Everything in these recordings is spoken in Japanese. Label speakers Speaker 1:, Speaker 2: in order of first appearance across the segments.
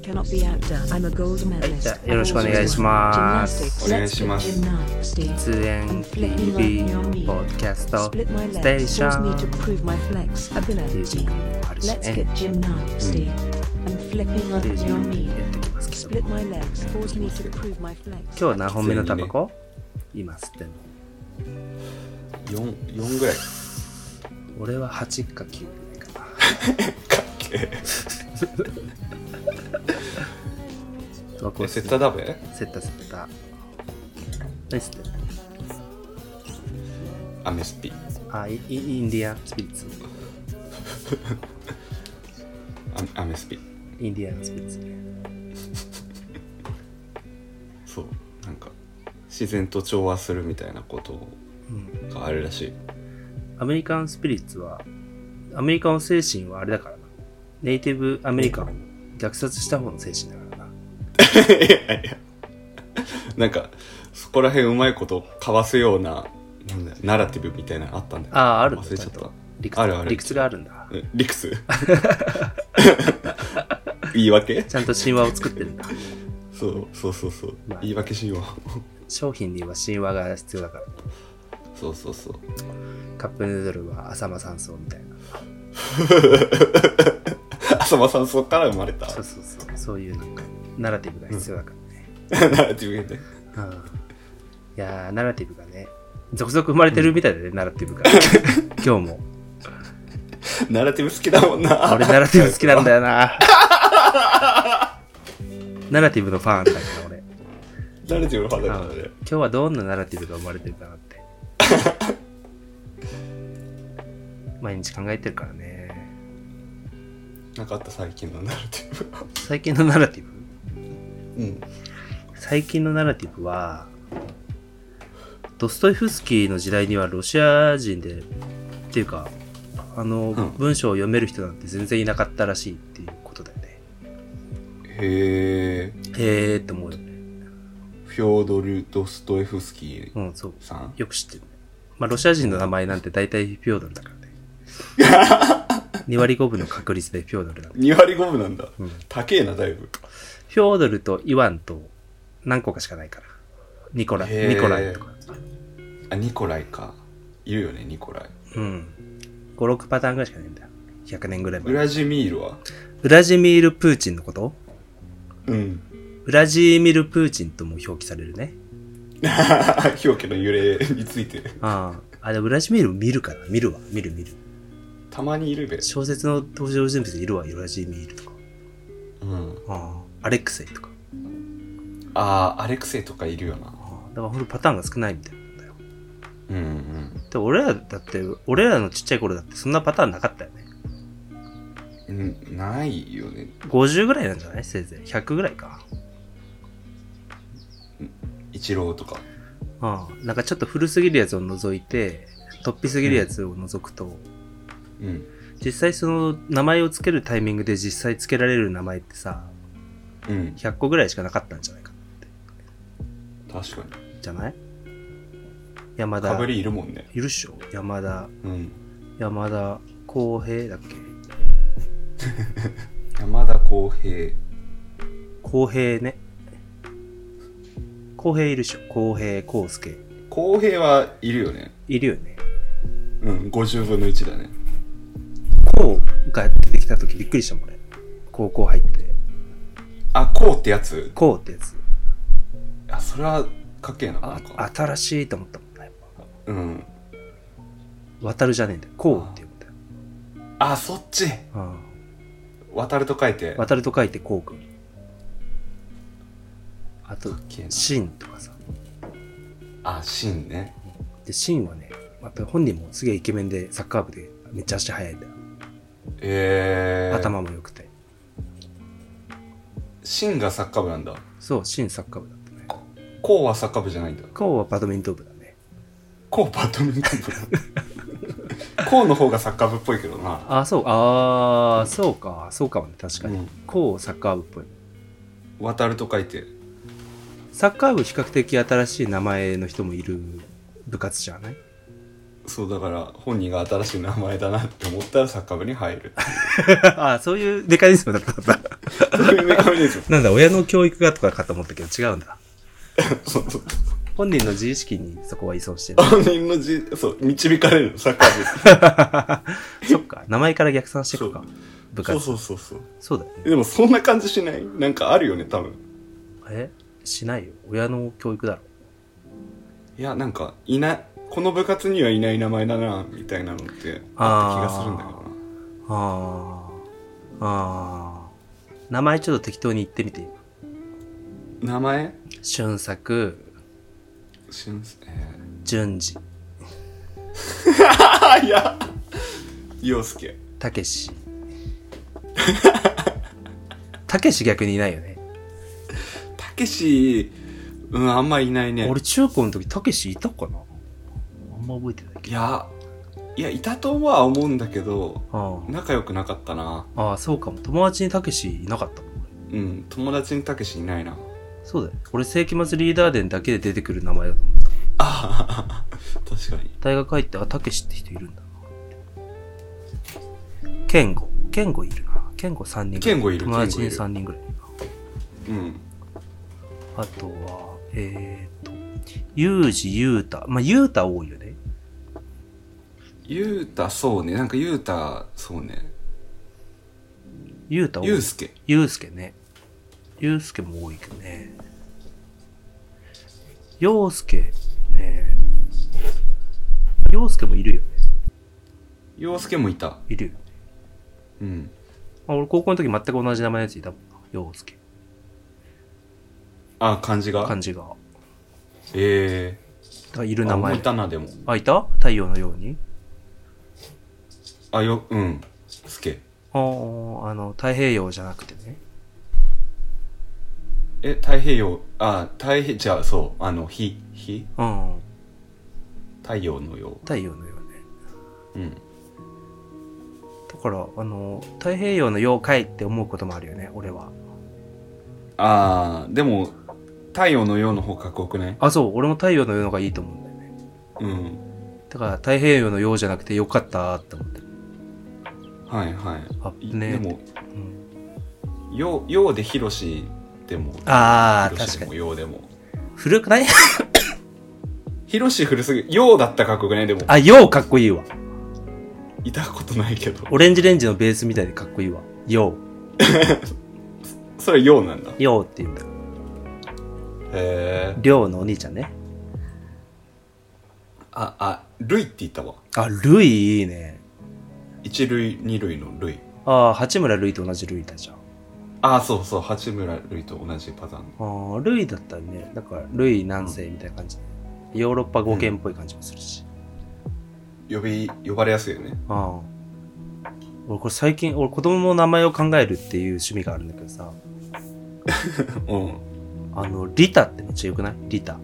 Speaker 1: cannot be outdone. I'm a gold
Speaker 2: はい、
Speaker 1: medalist.
Speaker 2: じゃあよろしくお願いします。
Speaker 1: Gymnastics. Let's do
Speaker 3: お願いします。
Speaker 1: gymnastics.
Speaker 2: 通園 BB ポッドキャスト
Speaker 1: Split my
Speaker 2: ス
Speaker 1: legs.
Speaker 2: テーシ
Speaker 1: Force
Speaker 2: ョ
Speaker 1: me
Speaker 2: ン
Speaker 1: to prove my flex
Speaker 2: っていう
Speaker 1: ability.
Speaker 2: 時もあるし
Speaker 1: Let's
Speaker 2: ね
Speaker 1: get。gymnastic. I'm flipping
Speaker 2: っていう
Speaker 1: up
Speaker 2: 時
Speaker 1: your
Speaker 2: も
Speaker 1: knee.
Speaker 2: やってきますけど
Speaker 1: Split
Speaker 2: も
Speaker 1: my legs. Force me to prove my flex.
Speaker 2: 今日は何本目のタバコ今吸ってんの
Speaker 3: 四四ぐらい
Speaker 2: 俺は8か9ぐらいかな。
Speaker 3: かっけえ
Speaker 2: タバコ
Speaker 3: え
Speaker 2: 吸
Speaker 3: セッ
Speaker 2: っ
Speaker 3: タ
Speaker 2: た。
Speaker 3: ーダベ
Speaker 2: セッタセッタ。何吸ってんの
Speaker 3: アメスピ
Speaker 2: あ、イイインディアンスピリッツ。
Speaker 3: アアメスピ
Speaker 2: インディアンスピリッツ。
Speaker 3: そうなんか自然と調和するみたいなこと
Speaker 2: うん。
Speaker 3: があるらしい
Speaker 2: アメリカンスピリッツは、アメリカン精神はあれだからな。ネイティブアメリカンを虐殺した方の精神だからな。
Speaker 3: いやいやなんかそこら辺うまいことかわすようななんだよナラティブみたいなのあったんだよ
Speaker 2: ああ、あるんだ、
Speaker 3: 忘れ
Speaker 2: ち
Speaker 3: ち
Speaker 2: ゃ
Speaker 3: ゃ
Speaker 2: ん
Speaker 3: っ
Speaker 2: と
Speaker 3: た。
Speaker 2: 理屈
Speaker 3: あるある
Speaker 2: 理屈があるんだ。
Speaker 3: えリ クス言い訳
Speaker 2: ちゃんと神話を作ってるんだ。
Speaker 3: そうそうそうそう
Speaker 2: まあ
Speaker 3: 言い訳しよう
Speaker 2: 商品には神話が必要だから。
Speaker 3: そうそうそう
Speaker 2: カップヌードルは浅間山荘みたいな。
Speaker 3: 浅間さんそっから生まれた
Speaker 2: そうそうそう。そういうなんか、ナラティブが必要だからね。
Speaker 3: ナラティブで
Speaker 2: うんいやー、ナラティブがね、続々生まれてるみたいだね、ナラティ ブが。今日も。
Speaker 3: ナラティブ好きだもんな
Speaker 2: 俺、ナラティブ好きなんだよ な。ナラティブのファンだから、俺。
Speaker 3: ナラティブのファンだから
Speaker 2: うん
Speaker 3: ね
Speaker 2: 今日はどんなナラティブが生まれてるかなって。 毎日考えてるからね。
Speaker 3: なんかあった最近のナラティブ
Speaker 2: 最近のナラティブ
Speaker 3: うん
Speaker 2: 最近のナラティブは、ドストエフスキーの時代にはロシア人で、っていうか、あの、
Speaker 3: ん
Speaker 2: 文章を読める人なんて全然いなかったらしいっていうことだよね。
Speaker 3: へえ
Speaker 2: へーって思うよね。
Speaker 3: フィョードル・ドストエフスキー
Speaker 2: うん、そう。
Speaker 3: さん
Speaker 2: よく知ってるね。まあ、ロシア人の名前なんて大体ピョードルだからね。2割5分の 確率でピョードルなんだ。
Speaker 3: 2割5分なんだ、
Speaker 2: うん
Speaker 3: 高えなだいぶ
Speaker 2: フィョードルとイワンと何個かしかないから。ニコラ
Speaker 3: へー
Speaker 2: イ、ニコライとか。
Speaker 3: あニコライかいるよねニコライ
Speaker 2: うん。5、6パターンぐらいしかないんだよ。100年ぐらい
Speaker 3: ウ
Speaker 2: 前。
Speaker 3: ラジミールは
Speaker 2: ウラジミール・プーチンのこと
Speaker 3: うん
Speaker 2: ウラジミル・プーチンとも表記されるね。
Speaker 3: 表記の揺れについて
Speaker 2: ああ。あ、でもウラジミール見るから。見るわ。見る見る。
Speaker 3: たまにいるべ
Speaker 2: 小説の登場人物でいるわ。ウラジミールとか。
Speaker 3: うん
Speaker 2: ああ。アレックセイとか。
Speaker 3: ああアレクセイとかいるよな
Speaker 2: ああ。だからほんとパターンが少ないみたいなんだよ。
Speaker 3: うんうん
Speaker 2: でも俺らだって、俺らのちっちゃい頃だってそんなパターンなかったよね。
Speaker 3: うんないよね
Speaker 2: 50ぐらいなんじゃないせいぜい。100ぐらいか。
Speaker 3: イチローとか
Speaker 2: ああなんかちょっと古すぎるやつを除いて、突飛すぎるやつを除くと、
Speaker 3: うん
Speaker 2: 実際その名前を付けるタイミングで実際付けられる名前ってさ、
Speaker 3: うん
Speaker 2: 100個ぐらいしかなかったんじゃないか。
Speaker 3: 確かに
Speaker 2: じゃない山
Speaker 3: か
Speaker 2: 田
Speaker 3: ぶ、りいるもんね
Speaker 2: いるっしょ山田、
Speaker 3: うん
Speaker 2: 山田浩平だっけ
Speaker 3: 山田浩平
Speaker 2: 浩平ね。浩平いるっしょ浩平、浩介。
Speaker 3: 浩平はいるよね
Speaker 2: いるよね。
Speaker 3: うん50分の1だね
Speaker 2: 浩が出てきた時びっくりしたもん俺。高校入って。
Speaker 3: あこうってやつ
Speaker 2: 浩ってやつ。
Speaker 3: あそれはかっけえなな
Speaker 2: あ
Speaker 3: んか、
Speaker 2: 新しいと思ったもんね。
Speaker 3: うん
Speaker 2: 渡るじゃねえんだよ。こうって言うんだよ。
Speaker 3: あそっち
Speaker 2: うん
Speaker 3: 渡ると書いて
Speaker 2: 渡ると書いてこうくん。あと
Speaker 3: かっ、けえな
Speaker 2: シンとかさ。
Speaker 3: あシンね
Speaker 2: で、シンはね、やっぱり本人もすげえイケメンで、サッカー部でめっちゃ足速いんだよ。
Speaker 3: えー、
Speaker 2: 頭も良くて。
Speaker 3: シンがサッカー部なんだ
Speaker 2: そう、シンサッカー部だったね。
Speaker 3: こうはサッカー部じゃないんだ
Speaker 2: こうはバドミントン部だね。
Speaker 3: こうバドミントン 部こうの方がサッカー部っぽいけどな
Speaker 2: あ、そう、あー、そうか、そうかもね、確か
Speaker 3: う
Speaker 2: に
Speaker 3: ん。
Speaker 2: こうサッカー部っぽい。
Speaker 3: 渡ると書いて
Speaker 2: サッカー部比較的新しい名前の人もいる部活じゃ ない
Speaker 3: そうだから本人が 新しい名前だなって思ったらサッカー部に入る
Speaker 2: あー、そういうメカニズムだったんだ。
Speaker 3: そういう女神ですよ。
Speaker 2: なんだ、親の教育がとかかと思ったけど違うんだ。
Speaker 3: そうそう
Speaker 2: 本人の自意識にそこは依存 してる。
Speaker 3: 本人のじ、そう、導かれるの、サッカー部。
Speaker 2: そっか、名前から逆算していくか
Speaker 3: そう。
Speaker 2: 部
Speaker 3: そう
Speaker 2: 活。
Speaker 3: そうそうそう。
Speaker 2: そうだよね。
Speaker 3: でもそんな感じしないなんかあるよね、多分。
Speaker 2: えしないよ。親の教育だろ。
Speaker 3: いや、なんか、いない、この部活にはいない名前だな、みたいなのって、あった気がするんだけどな。
Speaker 2: あー。あー。名前ちょっと適当に言ってみて。
Speaker 3: 名前
Speaker 2: 俊作、
Speaker 3: しんす、え
Speaker 2: 淳二、
Speaker 3: ー、いや、陽介。
Speaker 2: たけし。 たけし逆にいないよね。
Speaker 3: たけし、うん、あんまいないね。
Speaker 2: 俺中高の時たけしいたかなあんま覚えてないけ
Speaker 3: いや、いや、いたとは思うんだけど、
Speaker 2: ど。
Speaker 3: 仲良くなかったな。
Speaker 2: あーあー、そうかも。友達にたけしいなかったもん。
Speaker 3: うん、友達にたけしいないな。
Speaker 2: そうだよ。俺世紀末リーダー伝だけで出てくる名前だと思った。
Speaker 3: ああ、確かに。
Speaker 2: 大学入って、あ、たけしって人いるんだな。ケンゴ。ケンゴいるな。ケンゴ3人ぐらい。
Speaker 3: ケンゴいる
Speaker 2: 友達
Speaker 3: ケ
Speaker 2: に
Speaker 3: ンゴいる
Speaker 2: 3人ぐらい。
Speaker 3: うん。
Speaker 2: あとは、えー、と、ユージ、ユータ。まあ、ユータ多いよね。
Speaker 3: ゆうた、そうね。なんかゆうた、そうね。
Speaker 2: ユータ多い。
Speaker 3: ゆうすけ。
Speaker 2: ユースケね。ユースケも多いけどね。ヨウスケ、ね。ヨウスケもいるよね。
Speaker 3: ようすけもいた。
Speaker 2: いるよね。
Speaker 3: うん。
Speaker 2: あ、俺高校の時全く同じ名前のやついたもんな。ヨウスケ。
Speaker 3: あ、漢字が
Speaker 2: 感じが。
Speaker 3: え
Speaker 2: あい
Speaker 3: え
Speaker 2: る
Speaker 3: ー。
Speaker 2: 名
Speaker 3: あ
Speaker 2: 前
Speaker 3: もうい。たな、でも。
Speaker 2: あ、いた太陽のように。
Speaker 3: あ、よ、うん。すけ。
Speaker 2: あーあの、太平洋じゃなくてね。
Speaker 3: え、太平洋、あ、太平、じゃあ、そう、あの、日、日
Speaker 2: うん。
Speaker 3: 太陽のよ
Speaker 2: 太陽のようね。
Speaker 3: う。うん。
Speaker 2: だから、あの、太平洋の妖怪って思うこともあるよね、俺は。
Speaker 3: あー、でも、太陽のようの方かっこよくない
Speaker 2: あ、そう、俺も太陽のようのがいいと思うんだよね。
Speaker 3: うん。
Speaker 2: だから、太平洋のようじゃなくてよかったーって思ってる。
Speaker 3: はいはい。
Speaker 2: あ、
Speaker 3: い
Speaker 2: ね
Speaker 3: でも、
Speaker 2: うん
Speaker 3: よう、ようでひろしでも、
Speaker 2: あー
Speaker 3: ひろしで
Speaker 2: 確
Speaker 3: も
Speaker 2: か
Speaker 3: ようでも。
Speaker 2: 古くない
Speaker 3: ひろし古すぎ、ようだったかっこよくないでも、
Speaker 2: あ、ようかっこいいわ。
Speaker 3: いたことないけど。
Speaker 2: オレンジレンジのベースみたいでかっこいいわ。よ
Speaker 3: それはようなんだ。
Speaker 2: う。ようって言うんだよ。
Speaker 3: へえ。
Speaker 2: りょうのお兄ちゃんね。
Speaker 3: あ、あ、類って言ったわ。
Speaker 2: あ、ルイいいね。
Speaker 3: 一類、二類の類。
Speaker 2: ああ、八村ルイと同じルイだじゃん。
Speaker 3: ああ、そうそう、八村塁と同じパターン。
Speaker 2: ああ、ルイだったらね、だから、ルイ南西みたいな感じで、ヨーロッパ語圏っぽい感じもするし。
Speaker 3: 呼び、呼ばれやすいよね。
Speaker 2: ああ。俺、これ最近、俺、子供の名前を考えるっていう趣味があるんだけどさ、
Speaker 3: う
Speaker 2: あの、リタってめっちゃ良くないリタ。
Speaker 3: ん。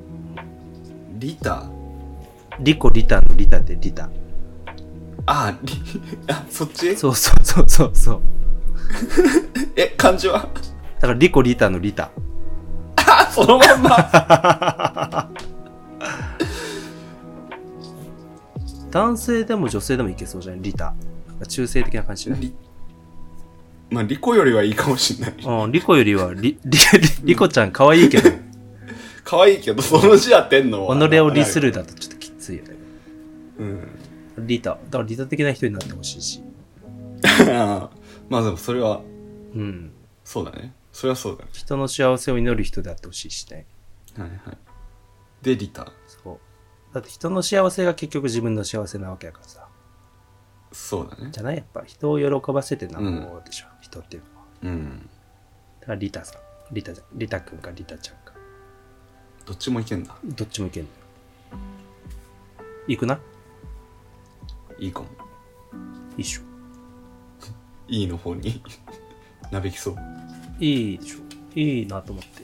Speaker 3: リタ
Speaker 2: リコ、リタのリタってリタ。
Speaker 3: あ、リ、 あ、そっち
Speaker 2: そうそうそうそうそう。
Speaker 3: え、漢字は
Speaker 2: だから、リコ、リタのリタ。
Speaker 3: あ、そのまんま
Speaker 2: 男性でも女性でもいけそうじゃないリタ。なんか中性的な感じしない
Speaker 3: リ まあ、リコよりはいいかもしんない。
Speaker 2: うん、リコよりは、リ、 リ、リコちゃん可愛いけど、
Speaker 3: 可愛いけど、その字当てんのは。
Speaker 2: 己を利す
Speaker 3: る。
Speaker 2: るだとちょっときついよね。
Speaker 3: うん。
Speaker 2: リタ。だからリタ的な人になってほしいし。
Speaker 3: まあでも、それは、
Speaker 2: うん。
Speaker 3: そうだね。それはそうだね。
Speaker 2: 人の幸せを祈る人であってほしいしね。
Speaker 3: はいはい。で、リタ。
Speaker 2: そう。だって人の幸せが結局自分の幸せなわけやからさ。
Speaker 3: そうだね。
Speaker 2: じゃないやっぱ人を喜ばせてなんぼでしょ、人っていうのは。
Speaker 3: うん。
Speaker 2: だからリタさん。リタじゃん。リタくんかリタちゃんか。
Speaker 3: どっちもいけんだ。
Speaker 2: どっちもいけんのよ。いくない
Speaker 3: いかも。
Speaker 2: いいっしょ。
Speaker 3: いいの方に、 なびきそう。
Speaker 2: いいでしょ。いいなと思って。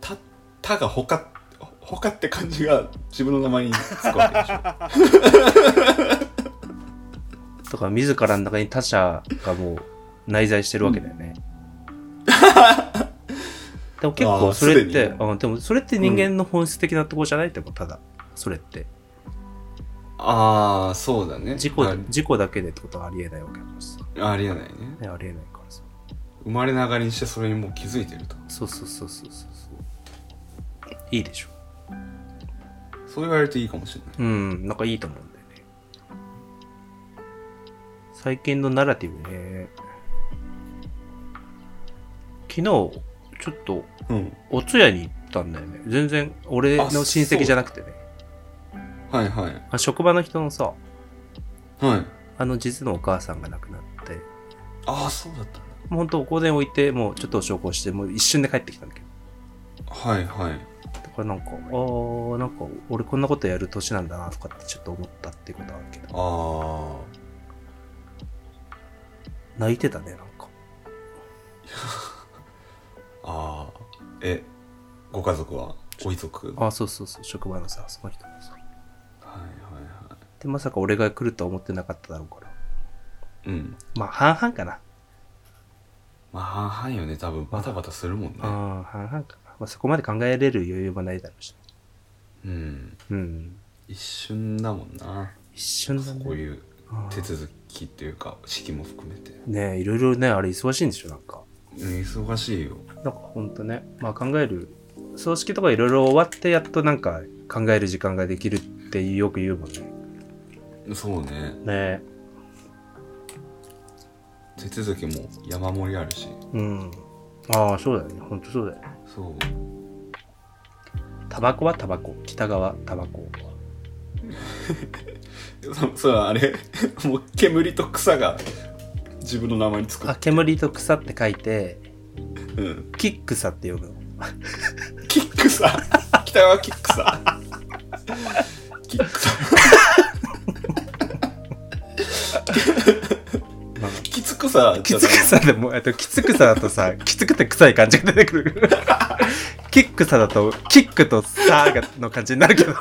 Speaker 3: た、たがほか、ほかって感じが自分の名前につくわけでしょ。
Speaker 2: とか、自らの中に他者がもう内在してるわけだよね。でも結
Speaker 3: あー
Speaker 2: 構それっ
Speaker 3: すで
Speaker 2: て、
Speaker 3: に
Speaker 2: うん、でもそれって人間の本質的なとこじゃないってもただ、それって。
Speaker 3: ああ、そうだね。
Speaker 2: 事故
Speaker 3: あ、
Speaker 2: 事故だけでってことはありえないわけだからさ。
Speaker 3: あありえないね
Speaker 2: ねありえないからさ
Speaker 3: 生まれながらにしてそれにもう気づいてると
Speaker 2: そうそうそうそうそうそういいでしょ
Speaker 3: そう言われるといいかもしれない
Speaker 2: うんなんかいいと思うんだよね最近のナラティブね昨日ちょっと
Speaker 3: うん
Speaker 2: お通夜に行ったんだよね全然俺の親戚じゃなくてね
Speaker 3: はいはい
Speaker 2: あ職場の人のさ
Speaker 3: はい
Speaker 2: あの実のお母さんが亡くなって
Speaker 3: ああそうだったんだ
Speaker 2: もうほんとお香典置いてもうちょっとお焼香してもう一瞬で帰ってきたんだけど
Speaker 3: はいはい
Speaker 2: だからなんかあーなんか俺こんなことやる年なんだなとかってちょっと思ったっていうことはあるけど
Speaker 3: ああ
Speaker 2: 泣いてたねなんか
Speaker 3: ああえご家族はご遺族はい
Speaker 2: あそうそうそう職場のさその人のさ
Speaker 3: はいは
Speaker 2: でまさか俺が来るとは思ってなかっただろうから
Speaker 3: いうん
Speaker 2: まあ半々かな
Speaker 3: まあ半々よね多分バタバタするもんね
Speaker 2: うん半々かな、まあ、そこまで考えれる余裕もないだろうしね
Speaker 3: うん
Speaker 2: うん
Speaker 3: 一瞬だもんな
Speaker 2: 一瞬だ
Speaker 3: こう
Speaker 2: ね
Speaker 3: いう手続きっていうか式も含めて
Speaker 2: ねえいろいろねあれ忙しいんでしょなんか
Speaker 3: うん忙しいよ
Speaker 2: なんかほんとね、まあ考える、葬式とかいろいろ終わってやっとなんか考える時間ができるってよく言うもんね。
Speaker 3: そうね
Speaker 2: ね
Speaker 3: 手続きも山盛りあるし
Speaker 2: うん。ああ、そうだよね。ほんとそうだよね。
Speaker 3: そう
Speaker 2: タバコはタバコ。北側、タバコ。
Speaker 3: そそうあれもう煙と草が自分の名前につく
Speaker 2: あ、煙と草って書いて、
Speaker 3: うん
Speaker 2: キックサって呼ぶの。
Speaker 3: キックさ 北はキックさキック さ
Speaker 2: まあ、
Speaker 3: きつくさ
Speaker 2: きつくさでも、えっと、きつくさだと さ、きつくて臭い感じが出てくる。 キックさだと、キックとさがの感じになるけど。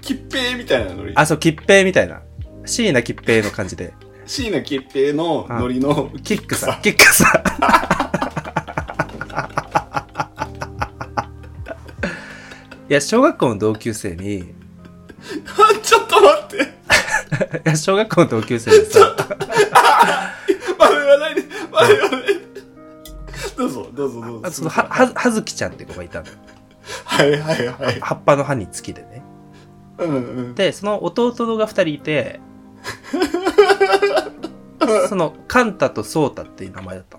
Speaker 3: きっぺいみたいなノリ
Speaker 2: あ、そう、キッペイみたいな。椎名キッペイの感じで。
Speaker 3: 椎名桔平のノリの
Speaker 2: キックさ、 キックさ。いや、小学校の同級生に、い
Speaker 3: ちょっと待って
Speaker 2: や、小学校の同級生でさ、
Speaker 3: まだ言わないでまだ言わないでどうぞどうぞどうぞ
Speaker 2: あそのは、は、はずきちゃんって子がいたの。
Speaker 3: はいはいはい
Speaker 2: 葉っぱの葉に月でね。
Speaker 3: うんうん
Speaker 2: で、その弟が二人い て、その、カンタとソータっていう名前だった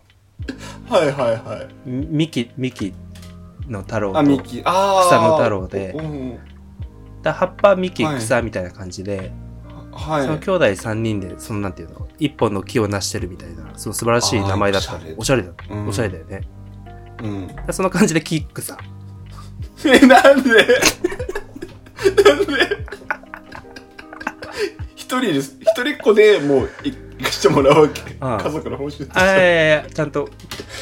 Speaker 3: はいはいはい
Speaker 2: の。みミキ、ミキの太郎
Speaker 3: あミ
Speaker 2: と、
Speaker 3: キあー
Speaker 2: 草野太郎で
Speaker 3: うんうん
Speaker 2: だ葉っぱ、ミキ、
Speaker 3: はい
Speaker 2: 草みたいな感じで、
Speaker 3: はい
Speaker 2: その兄弟3人で、そのなんていうの、一本の木を成してるみたいな、その素晴らしい名前だった
Speaker 3: あー。
Speaker 2: お
Speaker 3: お
Speaker 2: しゃれだった。
Speaker 3: うん
Speaker 2: おしゃれだよね。
Speaker 3: うん
Speaker 2: でその感じでキックさ。
Speaker 3: えなんでなんで一人です一人っ子でもうい行かしてもらうわけ
Speaker 2: ああ
Speaker 3: 家族の報酬として
Speaker 2: あいやいやいやちゃんと、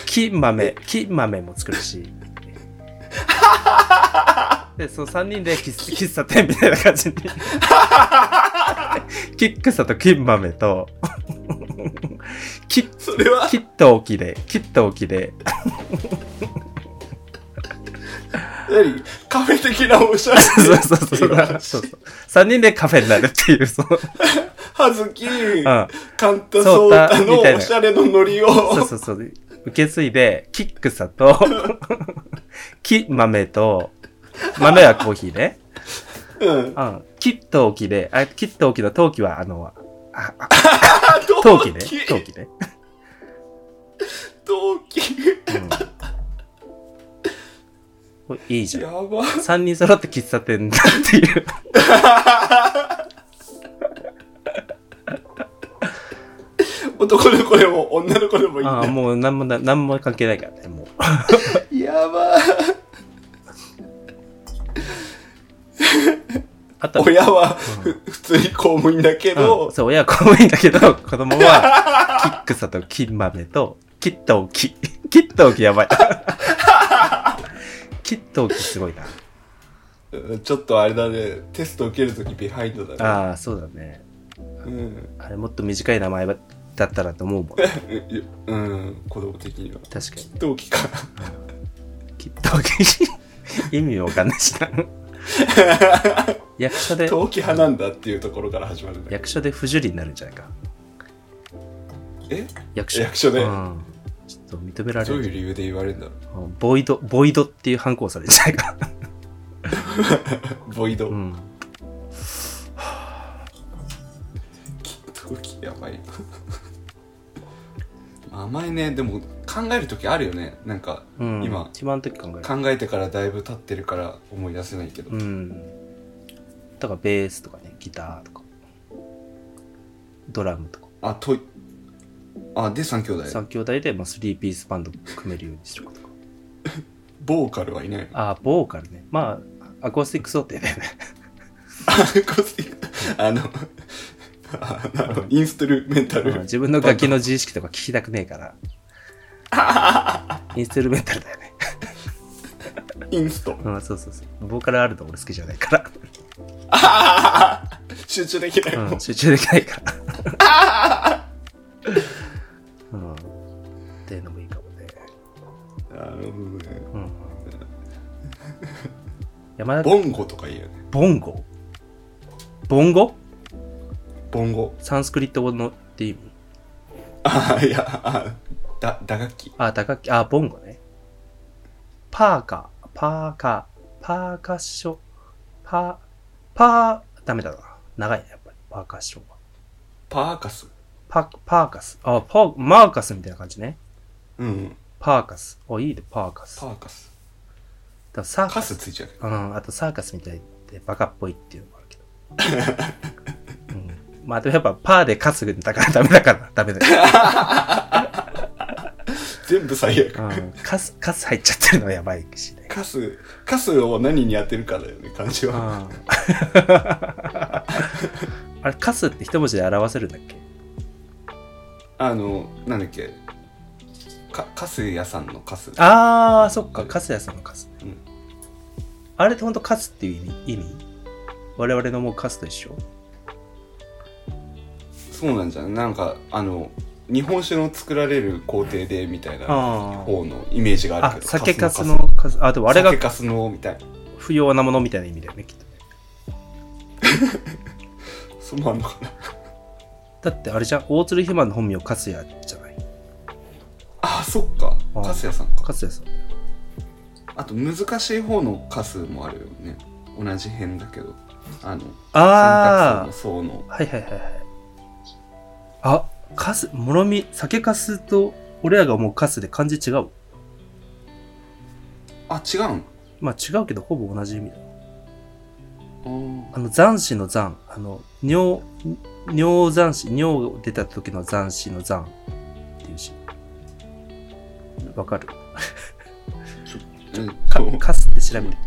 Speaker 2: 木豆、木豆も作るし。で、その3人で喫 喫茶店みたいな感じに。 キックさと金豆と、 キッ、
Speaker 3: それは
Speaker 2: キッとおきで、キッとおきで、
Speaker 3: 何カフェ的なおしゃれ
Speaker 2: そうそうそうそう、そうそう。3人でカフェになるっていう、そ の、
Speaker 3: はずき
Speaker 2: うん。
Speaker 3: カンタソータの
Speaker 2: そうだみたいな
Speaker 3: おしゃれのノリを
Speaker 2: そうそうそう。受け継いで、キックさ と、キ豆と、豆はコーヒーね。
Speaker 3: うん
Speaker 2: うん。キットオキで、あ、キットオキの陶器は、あの、あ、あ
Speaker 3: あ
Speaker 2: 陶器ね。陶
Speaker 3: 陶器
Speaker 2: 器ね。
Speaker 3: 陶 器
Speaker 2: うんこれいいじゃ
Speaker 3: や
Speaker 2: ん。
Speaker 3: ば
Speaker 2: 三人揃って喫茶店だっていう。
Speaker 3: 男の子でも女の子でもいい
Speaker 2: ああ、
Speaker 3: ね
Speaker 2: もうなんもな、なんも関係ないからね、もう。
Speaker 3: やば
Speaker 2: あとは、
Speaker 3: 親はふ普通に公務員だけ
Speaker 2: うん
Speaker 3: ど
Speaker 2: そう、親は公務員だけど、子供は、キックさと金豆と、キットオキ。キットオキやば い。キットオキすごいな。
Speaker 3: うんちょっとあれだねテスト受けるときビハインドだね
Speaker 2: ああ、そうだね。
Speaker 3: うん
Speaker 2: あれもっと短い名前だったらと思うもん。確か
Speaker 3: うん子供的には
Speaker 2: に。
Speaker 3: 同期か
Speaker 2: きっと、意味わかんないしな。役者で、
Speaker 3: 陶器派なんだっていうところから始まるんだけど
Speaker 2: 役者で不受理になるんじゃないか。
Speaker 3: え
Speaker 2: 役所
Speaker 3: 役所で
Speaker 2: うん、ちょっと認められ
Speaker 3: どうい
Speaker 2: る
Speaker 3: う理由で言われるんだろ
Speaker 2: うんボイドボイドっていう反抗されるんじゃないか
Speaker 3: うボイド、
Speaker 2: うん
Speaker 3: 陶器やばいな 甘いねでも考える時あるよねなんか、
Speaker 2: うん
Speaker 3: 今
Speaker 2: 一番の時考える
Speaker 3: 考えてからだいぶ経ってるから思い出せないけど、
Speaker 2: うんだからベースとかねギターとかドラムとか
Speaker 3: あとあで3兄弟
Speaker 2: 3兄弟でまあ3ピースバンド組めるようにしようとか
Speaker 3: ボーカルはいないの
Speaker 2: ああボーカルねまあアコースティック想定だよね
Speaker 3: あこっちあのあなるほどインストゥルメンタル
Speaker 2: うん自分の楽器の自意識とか聞きたくねえからインストゥルメンタルだよね
Speaker 3: インスト
Speaker 2: うんそうそうそうボーカルあると俺好きじゃないから
Speaker 3: 集中できないも
Speaker 2: うんん、集中できないから。うん。っていうのもいいかもね。
Speaker 3: あのね
Speaker 2: うん。山田
Speaker 3: ボンゴとか言うよね
Speaker 2: ボンゴボンゴ
Speaker 3: ボンゴ
Speaker 2: サンスクリット語のって意味
Speaker 3: あいやあだ打楽器
Speaker 2: あ、打楽器、あ、ボンゴね。パーカー、パーカー、パーカッショ、パー、パー、ダメだな。長いね、やっぱり。パーカッションは。
Speaker 3: パーカス
Speaker 2: パ、パーカス。あ、パー、マーカスみたいな感じね。
Speaker 3: うん
Speaker 2: パーカス。お、いいで、パーカス。
Speaker 3: パ
Speaker 2: だか
Speaker 3: ーカス
Speaker 2: らサーカ
Speaker 3: カ
Speaker 2: ス
Speaker 3: スついちゃ
Speaker 2: う
Speaker 3: う
Speaker 2: ん、あとサーカスみたいでバカっぽいっていうのもあるけど。う ん、まあでもやっぱパーで稼ぐんだからダメだからダメだ よ。
Speaker 3: 全部最悪
Speaker 2: うん、カス、カス入っちゃってるのはやばいしね。
Speaker 3: カスカスを何に当てるかだよね感じ
Speaker 2: うん、
Speaker 3: は
Speaker 2: あ れ、カスって一文字で表せるんだっけ
Speaker 3: あのなんだっけかカス屋さんのカス
Speaker 2: あー、そっか、カス屋さんのカス。
Speaker 3: うん
Speaker 2: あれってほんとカスっていう意味意味我々のもうカスと一緒
Speaker 3: そうなんじゃないなんかあの日本酒の作られる工程でみたいな
Speaker 2: あー
Speaker 3: 方のイメージがある
Speaker 2: あ
Speaker 3: け、ど
Speaker 2: 酒カス
Speaker 3: カ
Speaker 2: のカス。あ、でもあ
Speaker 3: あれ
Speaker 2: れ
Speaker 3: が
Speaker 2: が
Speaker 3: 酒かすのみたいな
Speaker 2: 不要なものみたいな意味だよね、きっと。
Speaker 3: そうなのかな
Speaker 2: だってあれじゃん大鶴ひまの本名粕谷じゃない
Speaker 3: あそっか
Speaker 2: あ
Speaker 3: カス屋さんか
Speaker 2: 粕谷さん
Speaker 3: あと難しい方のカスもあるよね同じ辺だけどあの
Speaker 2: あ
Speaker 3: 洗濯槽の層の
Speaker 2: あはいはいはいはいあ粕もろみ酒粕と俺らが思う粕で漢字違う
Speaker 3: あ違うん
Speaker 2: まあ違うけどほぼ同じ意味だ
Speaker 3: あ
Speaker 2: あの残子の残あの尿尿残子尿出た時の残子の残っていうしわか る
Speaker 3: ーうん
Speaker 2: か
Speaker 3: そ
Speaker 2: 粕
Speaker 3: う
Speaker 2: って調べて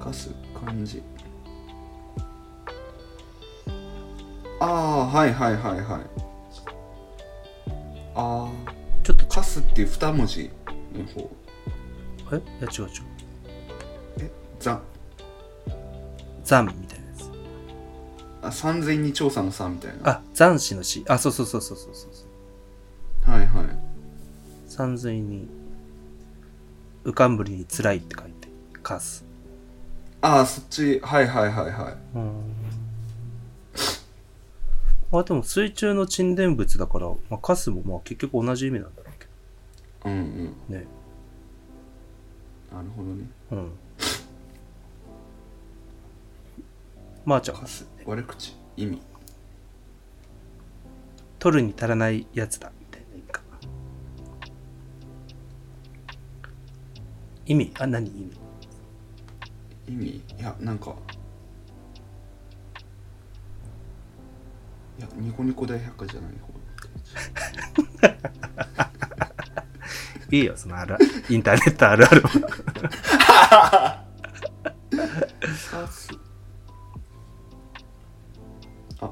Speaker 3: カス漢字ああはいはいはいはいああ
Speaker 2: ちょっと
Speaker 3: カスっていう二文字の方
Speaker 2: えいや違う違う
Speaker 3: えざ
Speaker 2: 残みたいなやつ
Speaker 3: あ三千に調査の三みたいな
Speaker 2: あ残子の死あそうそうそうそうそうそう
Speaker 3: はいはい
Speaker 2: 山水に浮かんぶりに辛いって書いてカス
Speaker 3: ああそっちはいはいはいはい
Speaker 2: うんあでも水中の沈殿物だから、まあ、カスもまあ結局同じ意味なんだろうけ
Speaker 3: うんうん
Speaker 2: どね
Speaker 3: なるほどね
Speaker 2: うんまあちゃん
Speaker 3: カス悪口意味
Speaker 2: 取るに足らないやつだみたいな意味かな意味あ何意味
Speaker 3: 意味いやなんかいやニコニコ大百科じゃない方
Speaker 2: いいよそのあるインターネットあるあるは
Speaker 3: カスあ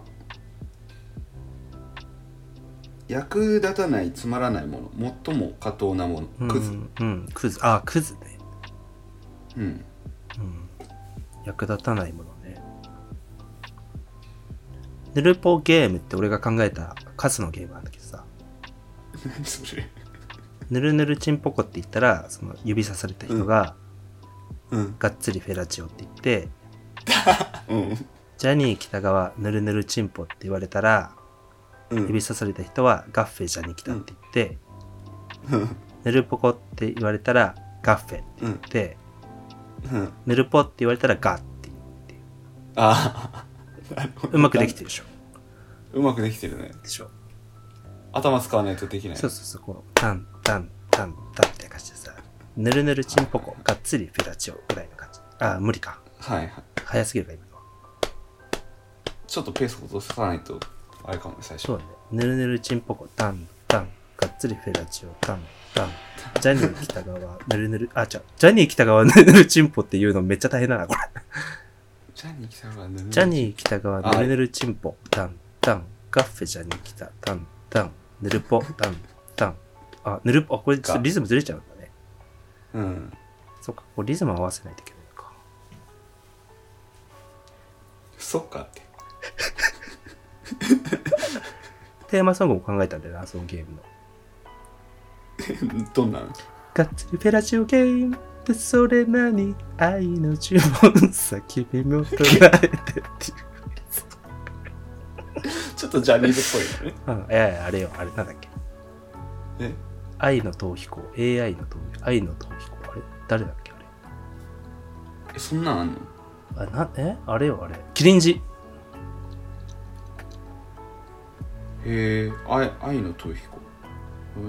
Speaker 3: 役立たないつまらないもの最も過当なものクズ
Speaker 2: うん、うん、クズあクズね
Speaker 3: うん
Speaker 2: うん、役立たないものね。ヌルポゲームって俺が考えたカスのゲームなんだけどさ、
Speaker 3: 何それ
Speaker 2: ヌルヌルチンポコって言ったら、その指さされた人が、
Speaker 3: うん。
Speaker 2: がっつりフェラチオって言って、
Speaker 3: うん。
Speaker 2: ジャニー北川ぬるぬるチンポって言われたら、
Speaker 3: うん。
Speaker 2: 指さされた人はガッフェジャニー北って言って、
Speaker 3: うん。
Speaker 2: ぬるぽこって言われたらガッフェって
Speaker 3: う
Speaker 2: 言
Speaker 3: ん。
Speaker 2: って、
Speaker 3: うん。
Speaker 2: ぬるぽって言われたらガッっていう。
Speaker 3: ああ。なるほど
Speaker 2: うまくできてるでしょ。
Speaker 3: うまくできてるね。
Speaker 2: でしょ。
Speaker 3: 頭使わないとできない。
Speaker 2: そうそうそう、こう、タンタンタンタンって感じでさ、ぬるぬるチンポコ、がっつりフェラチオぐらいの感じ。あー、無理か。
Speaker 3: はいはい。
Speaker 2: 早すぎるか、今のは。
Speaker 3: ちょっとペース落とさないと、あれかもね、最初。
Speaker 2: そうだね。ぬるぬるチンポコ、タンタン、がっつりフェラチオ、タンタン。ジャニー北川、 ぬるぬる、あ、違う。ジャニー北 川、ぬるぬるチンポっていうのめっちゃ大変だな、これ。
Speaker 3: ジャニー北川ぬるぬる
Speaker 2: ジャニー北川、ぬるぬるチンポ、タンタン。ガッフェジャニー北、タンタン。ぬるぽ、タンタン。あ、ぬるぽ、あ、これちょっとリズムずれちゃうんだね。
Speaker 3: うん。
Speaker 2: そっか、これリズム合わせないといけないのか。
Speaker 3: そっかって。
Speaker 2: テーマソングも考えたんだよな、そのゲームの。
Speaker 3: どんなん
Speaker 2: がっつりフェラチオゲームってそれなに愛の注文さ君も捉えて っていう。
Speaker 3: ちょっとジャニーズっぽいよね。
Speaker 2: うん、いやいや、あれよ、あれなんだっけ。
Speaker 3: え
Speaker 2: 愛の逃避行、AI の逃避愛の逃避行、あれ誰だっけあれ。
Speaker 3: え、そんなんあんの
Speaker 2: あ、な、えあれよ、あれ。キリンジ。
Speaker 3: へえ、愛愛の逃避行。へ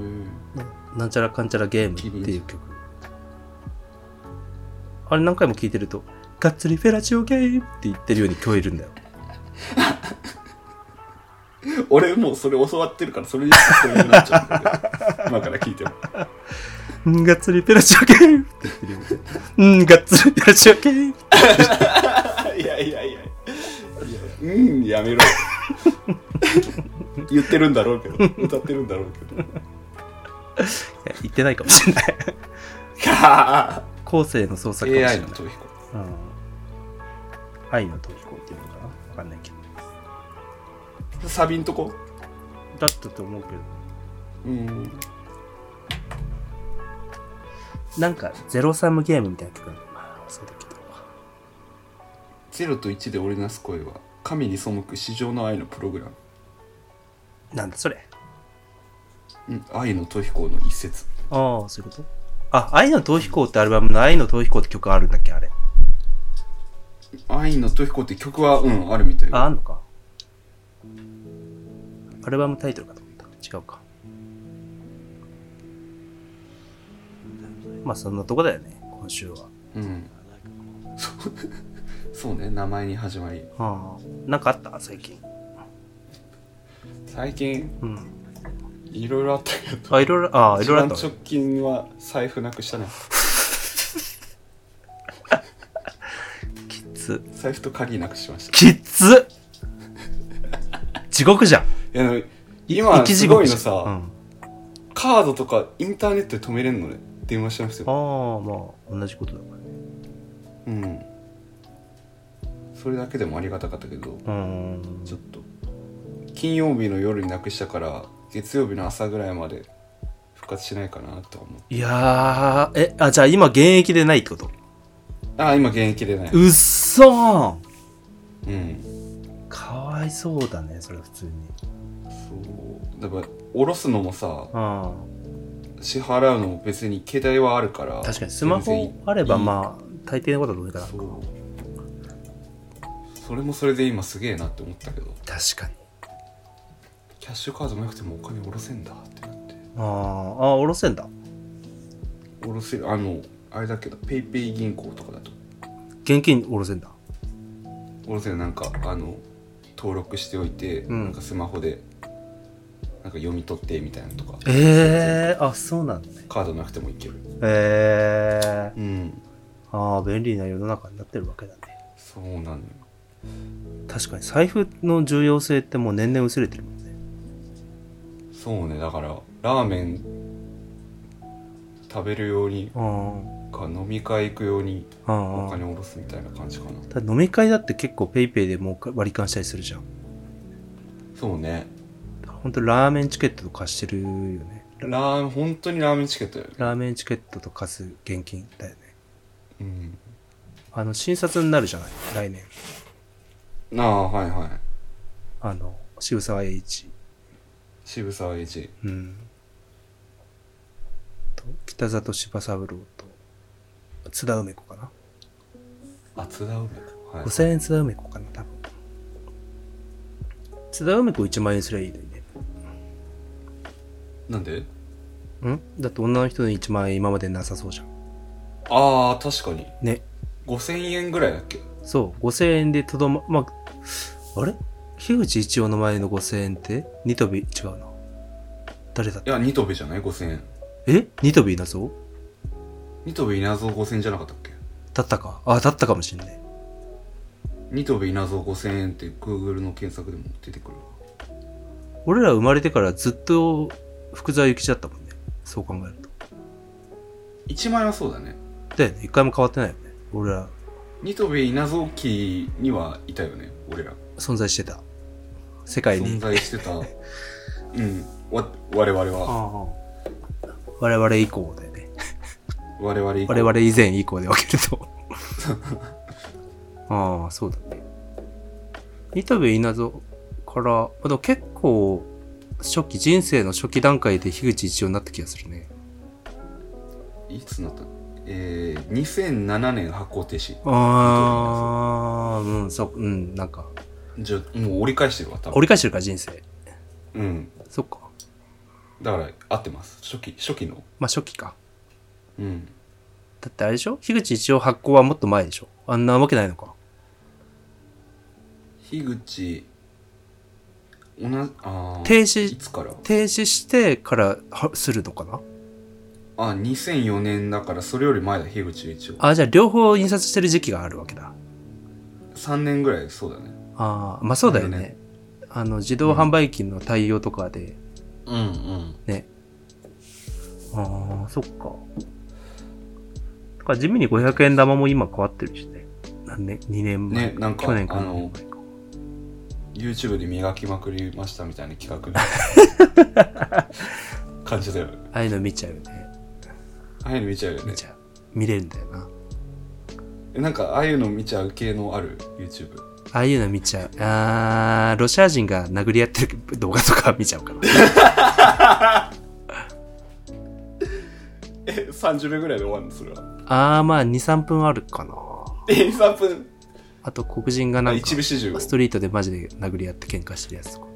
Speaker 2: ななんちゃらかんちゃらゲームっていう曲。あれ何回も聴いてると、がっつりフェラチオゲームって言ってるように聞こえるんだよ。
Speaker 3: え。俺もうそれ教わってるから、それに聞こえになっちゃうんだ けど。今から聞いても。
Speaker 2: うんがっつりフェラチオゲームって言ってるように。うんがっつりフェラチオゲーム
Speaker 3: いやいやいやいやうんや めろ言ってるんだろうけど歌ってるんだろう けど
Speaker 2: いや言ってないかもしれない。後世の創作かもしれ
Speaker 3: AI
Speaker 2: ない。
Speaker 3: の逃避行
Speaker 2: うん愛の逃避行っていうのかなわかんないけど。
Speaker 3: サビんとこ
Speaker 2: だったと思うけど。
Speaker 3: うん
Speaker 2: なんか、ゼロサムゲームみたいな曲なんだよな。忘れたけど。
Speaker 3: 0と1で俺なす声は神に背く至上の愛のプログラム、
Speaker 2: なんだそれ。
Speaker 3: うん、愛の逃避行の一節
Speaker 2: ああ、そういうことあ、愛の逃避行ってアルバムの愛の逃避行って曲あるんだっけあれ。
Speaker 3: 愛の逃避行って曲はうんあるみたい
Speaker 2: あ、あんのか。アルバムタイトルかと思った。違うか。まあ、そんなとこだよね。今週は。
Speaker 3: うんそうそう ね名前に始まり
Speaker 2: ああ。なんかあった最近。
Speaker 3: 最近
Speaker 2: うん。
Speaker 3: いろいろあったけど
Speaker 2: あ、いろいろ、ああ、いろいろあった
Speaker 3: 一番
Speaker 2: わ。
Speaker 3: 直近は財布なくしたね
Speaker 2: きつ。
Speaker 3: 財布と鍵なくしました
Speaker 2: きつっ地獄じゃん。
Speaker 3: いやでも今すごいのさ、
Speaker 2: うん、あ
Speaker 3: カードとかインターネットで止めれんのね電話しなくて
Speaker 2: あ
Speaker 3: も
Speaker 2: まあ同じことだからね
Speaker 3: うんそれだけでもありがたかったけど
Speaker 2: うーん
Speaker 3: ちょっと金曜日の夜になくしたから月曜日の朝ぐらいまで復活しないかなとは思う
Speaker 2: いやーえあじゃあ今現役でないってこと
Speaker 3: ああ今現役でないう
Speaker 2: っそーん
Speaker 3: うん
Speaker 2: かわいそうだねそれ普通に
Speaker 3: そうだから下ろすのもさ
Speaker 2: あ
Speaker 3: 支払うのも別に携帯はあるから
Speaker 2: 確かにスマ
Speaker 3: 全
Speaker 2: ホ
Speaker 3: 然
Speaker 2: あれば
Speaker 3: いい
Speaker 2: まあ大抵のことはどうにかなる
Speaker 3: そうそれもそれで今すげえなって思ったけど
Speaker 2: 確かに
Speaker 3: キャッシュカードもなくてもお金下ろせんだってなって
Speaker 2: あーあ下ろせんだ
Speaker 3: 下ろせるあのあれだけどペイペイ銀行とかだと
Speaker 2: 現金下ろせんだ
Speaker 3: 下ろせるなんかあの登録しておいて、
Speaker 2: ん
Speaker 3: なんかスマホでなんか読み取ってみたいなのとか
Speaker 2: ええー、あそうなんだね
Speaker 3: カードなくてもいける
Speaker 2: ええ
Speaker 3: うん
Speaker 2: ー、ああ便利な世の中になってるわけだね
Speaker 3: そうなのよ
Speaker 2: 確かに財布の重要性ってもう年々薄れてるもんね
Speaker 3: そうねだからラーメン食べるように
Speaker 2: うん
Speaker 3: か飲み会行くように
Speaker 2: うん
Speaker 3: お
Speaker 2: うん
Speaker 3: 金下ろすみたいな感じかな
Speaker 2: ただ飲み会だって結構ペイペイでもう割り勘したりするじゃん
Speaker 3: そうね
Speaker 2: だからほんとラーメンチケットと貸してるよね
Speaker 3: ラー本当にラーメンチケットだよね
Speaker 2: ラーメンチケットと貸す現金だよね
Speaker 3: うん
Speaker 2: あの、新卒になるじゃない来年。
Speaker 3: ああ、はいはい。
Speaker 2: あの、渋沢栄一。
Speaker 3: 渋沢栄一。
Speaker 2: うん。と、北里柴三郎と、津田梅子かな。
Speaker 3: あ、津田梅子。はい。
Speaker 2: 五千円津田梅子かな、多分。津田梅子1万円すりゃいいのにね。
Speaker 3: なんで
Speaker 2: んだって女の人に1万円今までなさそうじゃん。
Speaker 3: ああ、確かに。
Speaker 2: ね。
Speaker 3: 5000円ぐらいだっけ
Speaker 2: そう、5000円でとどま、まあ、あれ樋口一葉の前の5000円ってニトビ違うな。誰だっ
Speaker 3: い
Speaker 2: た
Speaker 3: や、ニトベじゃない ?5000 円。
Speaker 2: えニトビいなそう
Speaker 3: ニトベ稲造5000円じゃなかったっけ
Speaker 2: だったか。あ、だったかもしんない。
Speaker 3: ニトベ稲造5000円って Google の検索でも出てくるわ
Speaker 2: 俺ら生まれてからずっと福沢諭吉だったもんね。そう考えると。
Speaker 3: 1万円はそうだね。
Speaker 2: だよね。一回も変わってないよね。俺ら
Speaker 3: ニトベ稲造期にはいたよね、俺ら。
Speaker 2: 存在してた。世界
Speaker 3: 存
Speaker 2: に。
Speaker 3: 在して た。うん。わ、我々は。
Speaker 2: ああ我々以降だよね。
Speaker 3: 我々以降
Speaker 2: 我々以前以降で分ける と。ああ、そうだね。イタビュー稲造から、まあ、でも結構、初期、人生の初期段階で樋口一葉になった気がするね。
Speaker 3: いつになったえー、2007年箱停止。
Speaker 2: ああ、うん、そう、うん、なんか、
Speaker 3: じゃあ、もう折り返してるわ、多分。
Speaker 2: 折り返してるから人生。
Speaker 3: うん。
Speaker 2: そっか。
Speaker 3: だから、合ってます。初期、初期の。
Speaker 2: まあ初期か。
Speaker 3: うん。
Speaker 2: だってあれでしょ樋口一葉発行はもっと前でしょあんなわけないのか。
Speaker 3: 樋口、同じ、あー
Speaker 2: 停
Speaker 3: い
Speaker 2: 止、
Speaker 3: つから
Speaker 2: 停止してからはするのかな
Speaker 3: あ、2004年だから、それより前だ、樋口一応。
Speaker 2: あ、じゃあ両方印刷してる時期があるわけだ。
Speaker 3: 3年ぐらい、そうだね。
Speaker 2: ああ、まあそうだよね。
Speaker 3: なる
Speaker 2: あの、自動販売機の対応とかで、
Speaker 3: うんうん。
Speaker 2: ね。ああ、そっか。だから地味に500円玉も今変わってるしね。何年 ?2 年前。
Speaker 3: ねなんか
Speaker 2: 去年か
Speaker 3: あ
Speaker 2: な
Speaker 3: の YouTube で磨きまくりましたみたいな企画 感じだよね。
Speaker 2: ああいうの見ちゃうよね。
Speaker 3: ああいうの見ちゃうよね
Speaker 2: 見。ちゃう。見れるんだよな。
Speaker 3: えなんか、ああいうの見ちゃう系のある YouTube。
Speaker 2: ああいうの見ちゃう。ああ、ロシア人が殴り合ってる動画とか見ちゃうから。
Speaker 3: え、30秒ぐらいで終わるのそれは。
Speaker 2: ああ、まあ2、3分あるかな。
Speaker 3: え、3分。
Speaker 2: あと黒人が
Speaker 3: あ
Speaker 2: なんか、
Speaker 3: 一部始終を
Speaker 2: ストリートでマジで殴り合って喧嘩してるやつとか。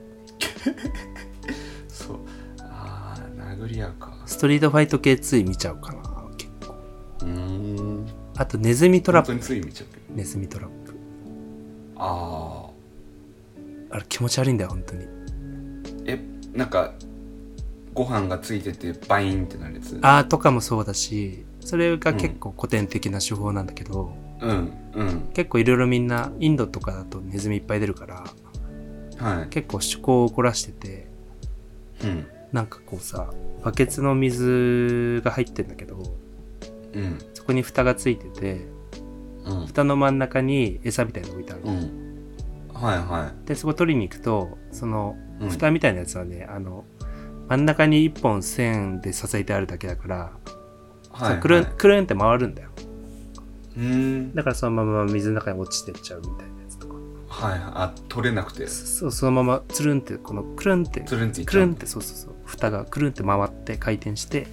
Speaker 3: そう。ああ、殴り合うか。
Speaker 2: ストリートファイト系つい見ちゃうかな。結構
Speaker 3: うーん。
Speaker 2: あとネズミトラ
Speaker 3: 本
Speaker 2: ッ
Speaker 3: 当
Speaker 2: プ。
Speaker 3: につい見ちゃうけど。
Speaker 2: ネズミトラップ。
Speaker 3: ああ。
Speaker 2: あれ気持ち悪いんだよ、本当に。
Speaker 3: え、なんか、ご飯がついてて、バインってなるやつ。
Speaker 2: あーとかもそうだし、それが結構古典的な手法なんだけど、
Speaker 3: うん、うん。
Speaker 2: 結構いろいろみんな、インドとかだとネズミいっぱい出るから、
Speaker 3: は
Speaker 2: 結構趣向を凝らしてて、
Speaker 3: い。うん。
Speaker 2: なんかこうさ、バケツの水が入ってんだけど、
Speaker 3: うん。
Speaker 2: そこに蓋がついてて、
Speaker 3: うん。
Speaker 2: 蓋の真ん中に餌みたいなの置いてある
Speaker 3: う。ん。はいは
Speaker 2: で、そこ取りに行くと、その、
Speaker 3: い。うん、
Speaker 2: 蓋みたいなやつはね、あの、真ん中に一本線で支えてあるだけだから、
Speaker 3: はいはい
Speaker 2: くるんくるんって回るんだよ
Speaker 3: うーん。
Speaker 2: だからそのまま水の中に落ちてっちゃうみたいなやつとか
Speaker 3: はいはい。あ、取れなくて、
Speaker 2: そうそのままつるんってこのくるんって
Speaker 3: つるんっていっ
Speaker 2: く
Speaker 3: ちゃ
Speaker 2: る
Speaker 3: うん
Speaker 2: っ
Speaker 3: だ。
Speaker 2: てそうそうそう蓋がくるんって回って回転して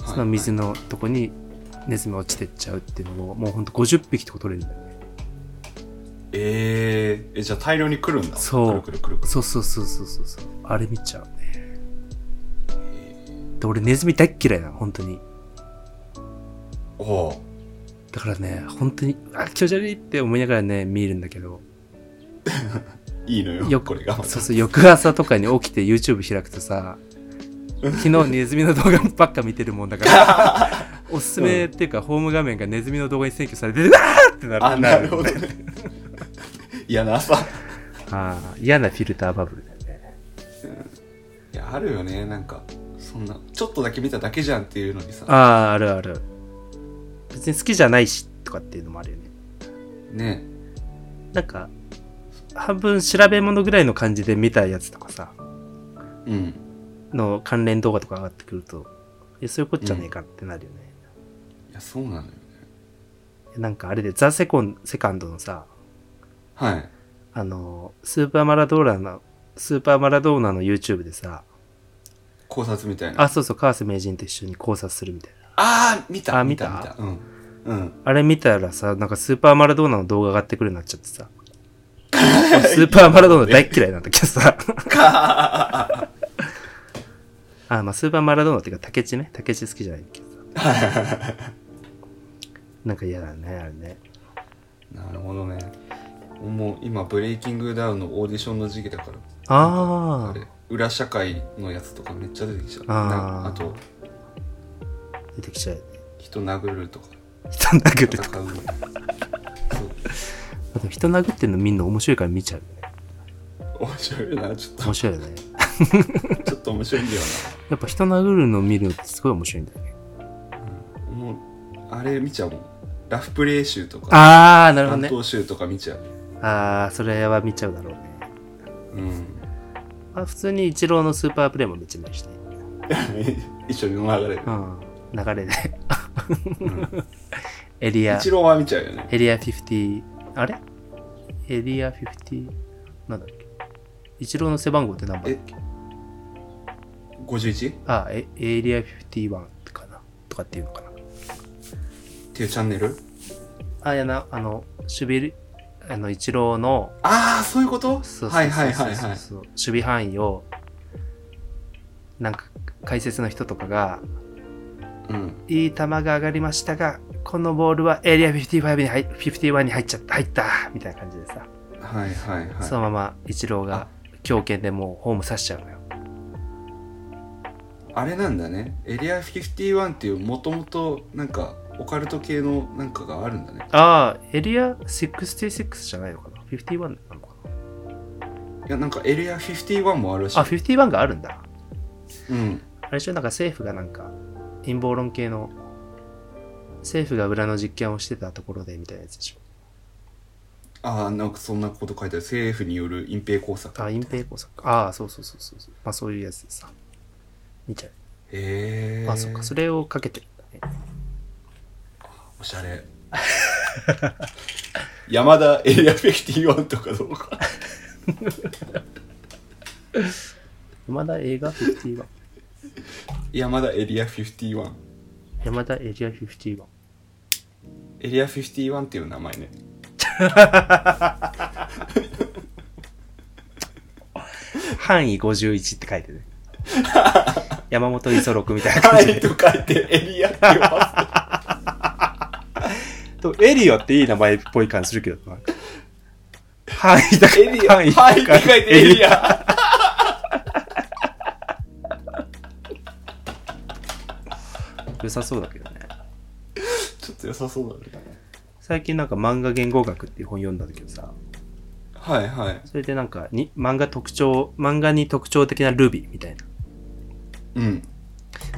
Speaker 3: はい
Speaker 2: その水のとこにネズミ落ちてっちゃうっていうのをもうほんと50匹とか取れるんだよね
Speaker 3: えー、え、じゃあ大量に来るんだ。
Speaker 2: そう
Speaker 3: くるくるくるくる。
Speaker 2: そうそうそうそうそうそうあれ見ちゃうねで俺ネズミ大っ嫌いなの本当に
Speaker 3: おう
Speaker 2: だからね本当にあ気持ち悪いって思いながらね見るんだけど
Speaker 3: いいのよ、
Speaker 2: よく
Speaker 3: これが。
Speaker 2: そうそう、翌朝とかに起きて YouTube 開くとさ、昨日ネズミの動画ばっか見てるもんだから、 おすすめっていうか、ホーム画面がネズミの動画に占拠されて、うわーってなる。
Speaker 3: あ、なるほどね。嫌な朝。
Speaker 2: あー嫌なフィルターバブルだよね。
Speaker 3: いや、あるよね、なんか。そんな、ちょっとだけ見ただけじゃんっていうのにさ。
Speaker 2: ああ、あるある。別に好きじゃないしとかっていうのもあるよね。
Speaker 3: ね。
Speaker 2: なんか、半分調べ物ぐらいの感じで見たやつとかさ、
Speaker 3: うん。
Speaker 2: の関連動画とか上がってくると、いやそういうこっちゃねえかってなるよね。
Speaker 3: いや、そうなのよね。
Speaker 2: なんかあれで、ザ・セコン、セカンドのさ、
Speaker 3: はい。
Speaker 2: あの、スーパーマラドーナの、スーパーマラドーナの YouTube でさ、
Speaker 3: 考察みたいな。あ
Speaker 2: あ、そうそう、川瀬名人と一緒に考察するみたいな。
Speaker 3: あー見た
Speaker 2: あ
Speaker 3: 見た見
Speaker 2: 見
Speaker 3: た
Speaker 2: た
Speaker 3: うん。うん。
Speaker 2: あれ見たらさ、なんかスーパーマラドーナの動画上がってくるようになっちゃって さ、スーパーマラドーナ大っ嫌いなんだけど さ、あ、まあスーパーマラドーナっていうか竹地ね、竹地好きじゃないけどさ。なんか嫌だね、あれね。
Speaker 3: なるほどね。もう今、ブレイキングダウンのオーディションの時期だから、
Speaker 2: あ
Speaker 3: あれ、裏社会のやつとかめっちゃ出てきちゃう。
Speaker 2: あー
Speaker 3: なあと、
Speaker 2: あ、出てきちゃう。
Speaker 3: 人殴るとか、
Speaker 2: 人 殴るとか。
Speaker 3: 戦う。そう
Speaker 2: あと人殴ってんの見んの面白いから見ちゃうよね。
Speaker 3: 面白いな、ち ょっ
Speaker 2: 面白いよね。
Speaker 3: と、ちょっと面白いんだよ
Speaker 2: やっぱ人殴るの見るのってすごい面白いんだよね。
Speaker 3: な。もう、あれ見ちゃうもん。ラフプレー集とか、
Speaker 2: あー、なるほど
Speaker 3: 担
Speaker 2: ね。
Speaker 3: 当集とか見ちゃう。
Speaker 2: あー、それは見ちゃうだろうね。
Speaker 3: うん。
Speaker 2: あ普通にイチローのスーパープレイもめっちゃ見るしね。
Speaker 3: 一緒に流れる
Speaker 2: う。ん。流れで。
Speaker 3: うん
Speaker 2: エリア
Speaker 3: 一、郎は見ちゃうよね。
Speaker 2: エリア50、あれエリア50、なんだっけイチローの背番号って何番
Speaker 3: え 51? っ
Speaker 2: あえ、エリア51かなとかっていうのかな
Speaker 3: ていうチャンネル
Speaker 2: あ、いやな、あの、守備、あの、イチローの、
Speaker 3: ああ、そういうこと
Speaker 2: そうそうそう
Speaker 3: はいはいはいはい。
Speaker 2: そう守備範囲を、なんか、解説の人とかが、
Speaker 3: うん。
Speaker 2: いい球が上がりましたが、このボールはエリア55に入51に入っちゃった、入ったみたいな感じでさ、
Speaker 3: はいはいはい。
Speaker 2: そのままイチローが強肩でもうホーム刺しちゃうのよ。
Speaker 3: あれなんだね。エリア51っていうもともとなんかオカルト系のなんかがあるんだね。
Speaker 2: ああ、エリア66じゃないのかな ?51 なのか
Speaker 3: いやなんかエリア51もあるらしい
Speaker 2: なあ、。51があるんだ。
Speaker 3: うん。
Speaker 2: あれでしょなんか政府がなんか陰謀論系の政府が裏の実験をしてたところでみたいなやつでしょ
Speaker 3: ああ、なんかそんなこと書いてある。政府による隠蔽工作。
Speaker 2: あ、
Speaker 3: へ
Speaker 2: 隠蔽工作。ああ、そうそうそうそうそう。まあそういうやつでさ。見ちゃう。
Speaker 3: え。
Speaker 2: あ、そっか。それをかけてるんだね。
Speaker 3: おしゃれ。 山田エリア51とかどうか。
Speaker 2: 山田映画51。
Speaker 3: 山田エリア51。
Speaker 2: 山田エリア51。
Speaker 3: エリア51っていう名前ね。
Speaker 2: 範囲51って書いて ね。山本五十六みたいな
Speaker 3: は
Speaker 2: 感じ
Speaker 3: いと書いてエリアって言います。
Speaker 2: とエリアっていい名前っぽい感じするけどな。範囲だから
Speaker 3: エリア。
Speaker 2: 範囲
Speaker 3: はいって書いてエリア。
Speaker 2: 良さそうだけどね。
Speaker 3: ちょっと良さそうだね。
Speaker 2: 最近なんか漫画言語学っていう本読んだんだけどさ、
Speaker 3: はいはい。
Speaker 2: それでなんかに漫画特徴、漫画に特徴的なルビーみたいな。
Speaker 3: うん。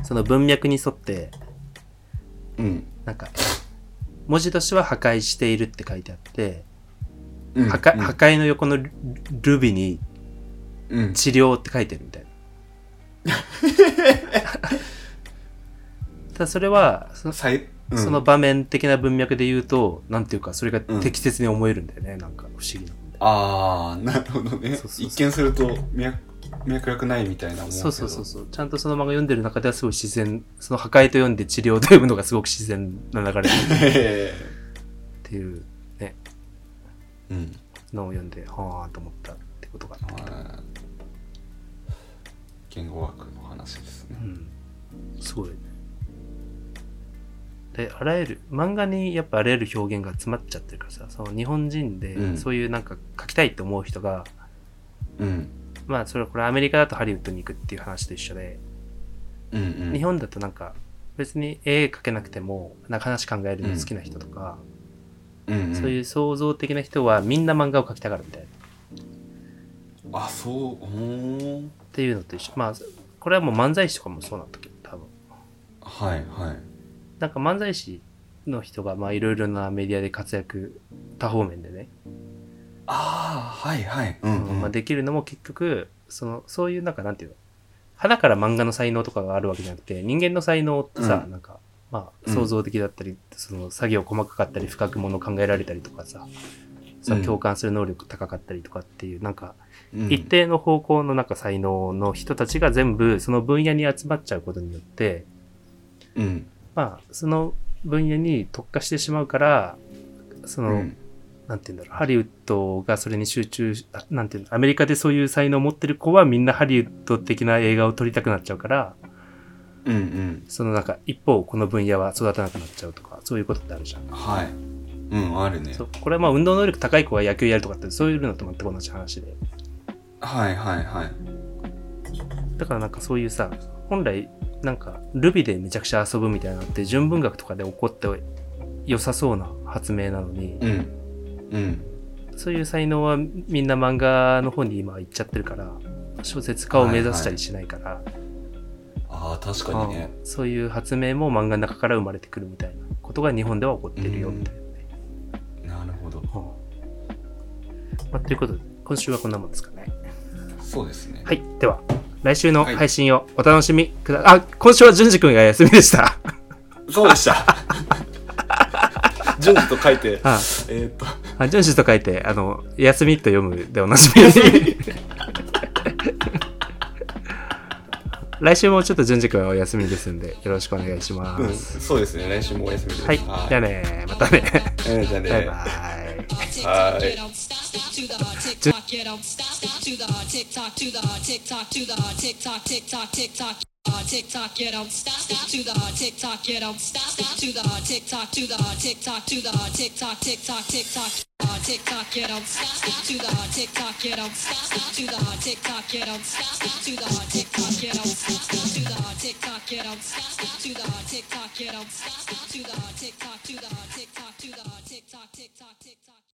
Speaker 2: その文脈に沿って、
Speaker 3: うん。
Speaker 2: なんか、文字としては破壊しているって書いてあって、
Speaker 3: うん
Speaker 2: 破壊破壊の横のルルビに
Speaker 3: うん。
Speaker 2: 治療って書いてるみたい な。ただそれは、その
Speaker 3: さい、うん、
Speaker 2: その場面的な文脈で言うと、なんていうか、それが適切に思えるんだよね。なんか、不思議な。
Speaker 3: ああ、なるほどね。
Speaker 2: そうそうそう
Speaker 3: 一見すると脈、脈絡ないみたいな思うけど。
Speaker 2: そうそうそうそう。ちゃんとその漫画読んでる中ではすごい自然、その破壊と読んで治療と読むのがすごく自然な流れっ
Speaker 3: へ
Speaker 2: ていう
Speaker 3: ーうん。
Speaker 2: のを読んで、はぁーと思ったってことがあった。
Speaker 3: あー言語学の話ですね
Speaker 2: う。ん。すごいね。で、あらゆる、漫画にやっぱあらゆる表現が詰まっちゃってるからさ、その日本人
Speaker 3: う
Speaker 2: で、
Speaker 3: ん
Speaker 2: そういうなんか書きたいって思う人が、
Speaker 3: うん。
Speaker 2: まあそれはこれアメリカだとハリウッドに行くっていう話と一緒で、
Speaker 3: うんうん。
Speaker 2: 日本だとなんか別に絵描けなくてもなんか話考えるの好きな人とか、
Speaker 3: うんうん、。
Speaker 2: そういうう創造的な人はみんな漫画を描きたがるみたいなっ
Speaker 3: あ、そう。おー
Speaker 2: ていうのと一緒まあこれはもう漫才師とかもそうなんだけど多分
Speaker 3: はいはい。
Speaker 2: なんか漫才師の人がまあいろいろなメディアで活躍多方面でね、
Speaker 3: ああ、はいはい。うん、うん。
Speaker 2: まあ、できるのも結局そのそういうなんかなんていうの花から漫画の才能とかがあるわけじゃなくて人間の才能ってさ、
Speaker 3: う
Speaker 2: なんかまあ、
Speaker 3: うん
Speaker 2: 創造的だったり、その作業細かかったり深くものを考えられたりとかささ
Speaker 3: うん
Speaker 2: 共感する能力高かったりとかっていう、なんか
Speaker 3: うん
Speaker 2: 一定の方向のなんか才能の人たちが全部その分野に集まっちゃうことによって
Speaker 3: うん
Speaker 2: まあその分野に特化してしまうからその、
Speaker 3: うん
Speaker 2: なんて言うんだろう、ハリウッドがそれに集中し、あなんて言うんだアメリカでそういう才能を持ってる子はみんなハリウッド的な映画を撮りたくなっちゃうから、
Speaker 3: うんうん
Speaker 2: そのなんか一方この分野は育たなくなっちゃうとか、そういうことってあるじゃん。
Speaker 3: はいうんあるね
Speaker 2: そうこれはまあ運動能力高い子が野球やるとかってそういうのと全く同じ話で。
Speaker 3: はいはいはい
Speaker 2: だからなんかそういうさ、本来なんかルビでめちゃくちゃ遊ぶみたいなのって純文学とかで起こって良さそうな発明なのに、
Speaker 3: うんうん
Speaker 2: そういう才能はみんな漫画の方に今行っちゃってるから、小説家を目指したりしないから、
Speaker 3: ああ確かにね
Speaker 2: うんそういう発明も漫画の中から生まれてくるみたいなことが日本では起こってるよ
Speaker 3: うん
Speaker 2: みたいなね。
Speaker 3: なるほど
Speaker 2: うんまあ、ということで今週はこんなもんですかね。
Speaker 3: そうですね
Speaker 2: はい、では来週の
Speaker 3: はい
Speaker 2: 配信をお楽しみください。あ今週は淳二君が休みでした。
Speaker 3: そうでした 順次と書いて
Speaker 2: あ
Speaker 3: えーっと
Speaker 2: あ淳二と書いてあの休みと読むでおなじみ。 来週もちょっと淳二君はお休みですんでよろしくお願いしま
Speaker 3: うん
Speaker 2: す。
Speaker 3: そうですね来週もお休みです
Speaker 2: はい、
Speaker 3: は
Speaker 2: じゃあねまたね。
Speaker 3: いじゃあね
Speaker 2: バイバイ。
Speaker 3: はい
Speaker 4: Get on, stop, stop to the hard tick tock, get on, stop, stop to the hard tick tock, to the hard tick tock, to the hard tick tock, tick tock, tick tock. Hard tick tock, get on, stop, stop to the hard tick tock, get on, stop, stop to the hard tick tock, to the hard tick tock, to the hard tick tock, tick tock, tick tock. Hard tick tock, get on, stop, stop to the hard tick tock, get on, stop, stop to the hard tick tock, get on, stop, stop to the hard tick tock, get on, stop, stop to the hard tick tock, get on, stop, stop to the hard tick tock, get on, stop, stop to the hard tick tock, to the hard tick tock, to the hard tick tock, tick tock, tick tock.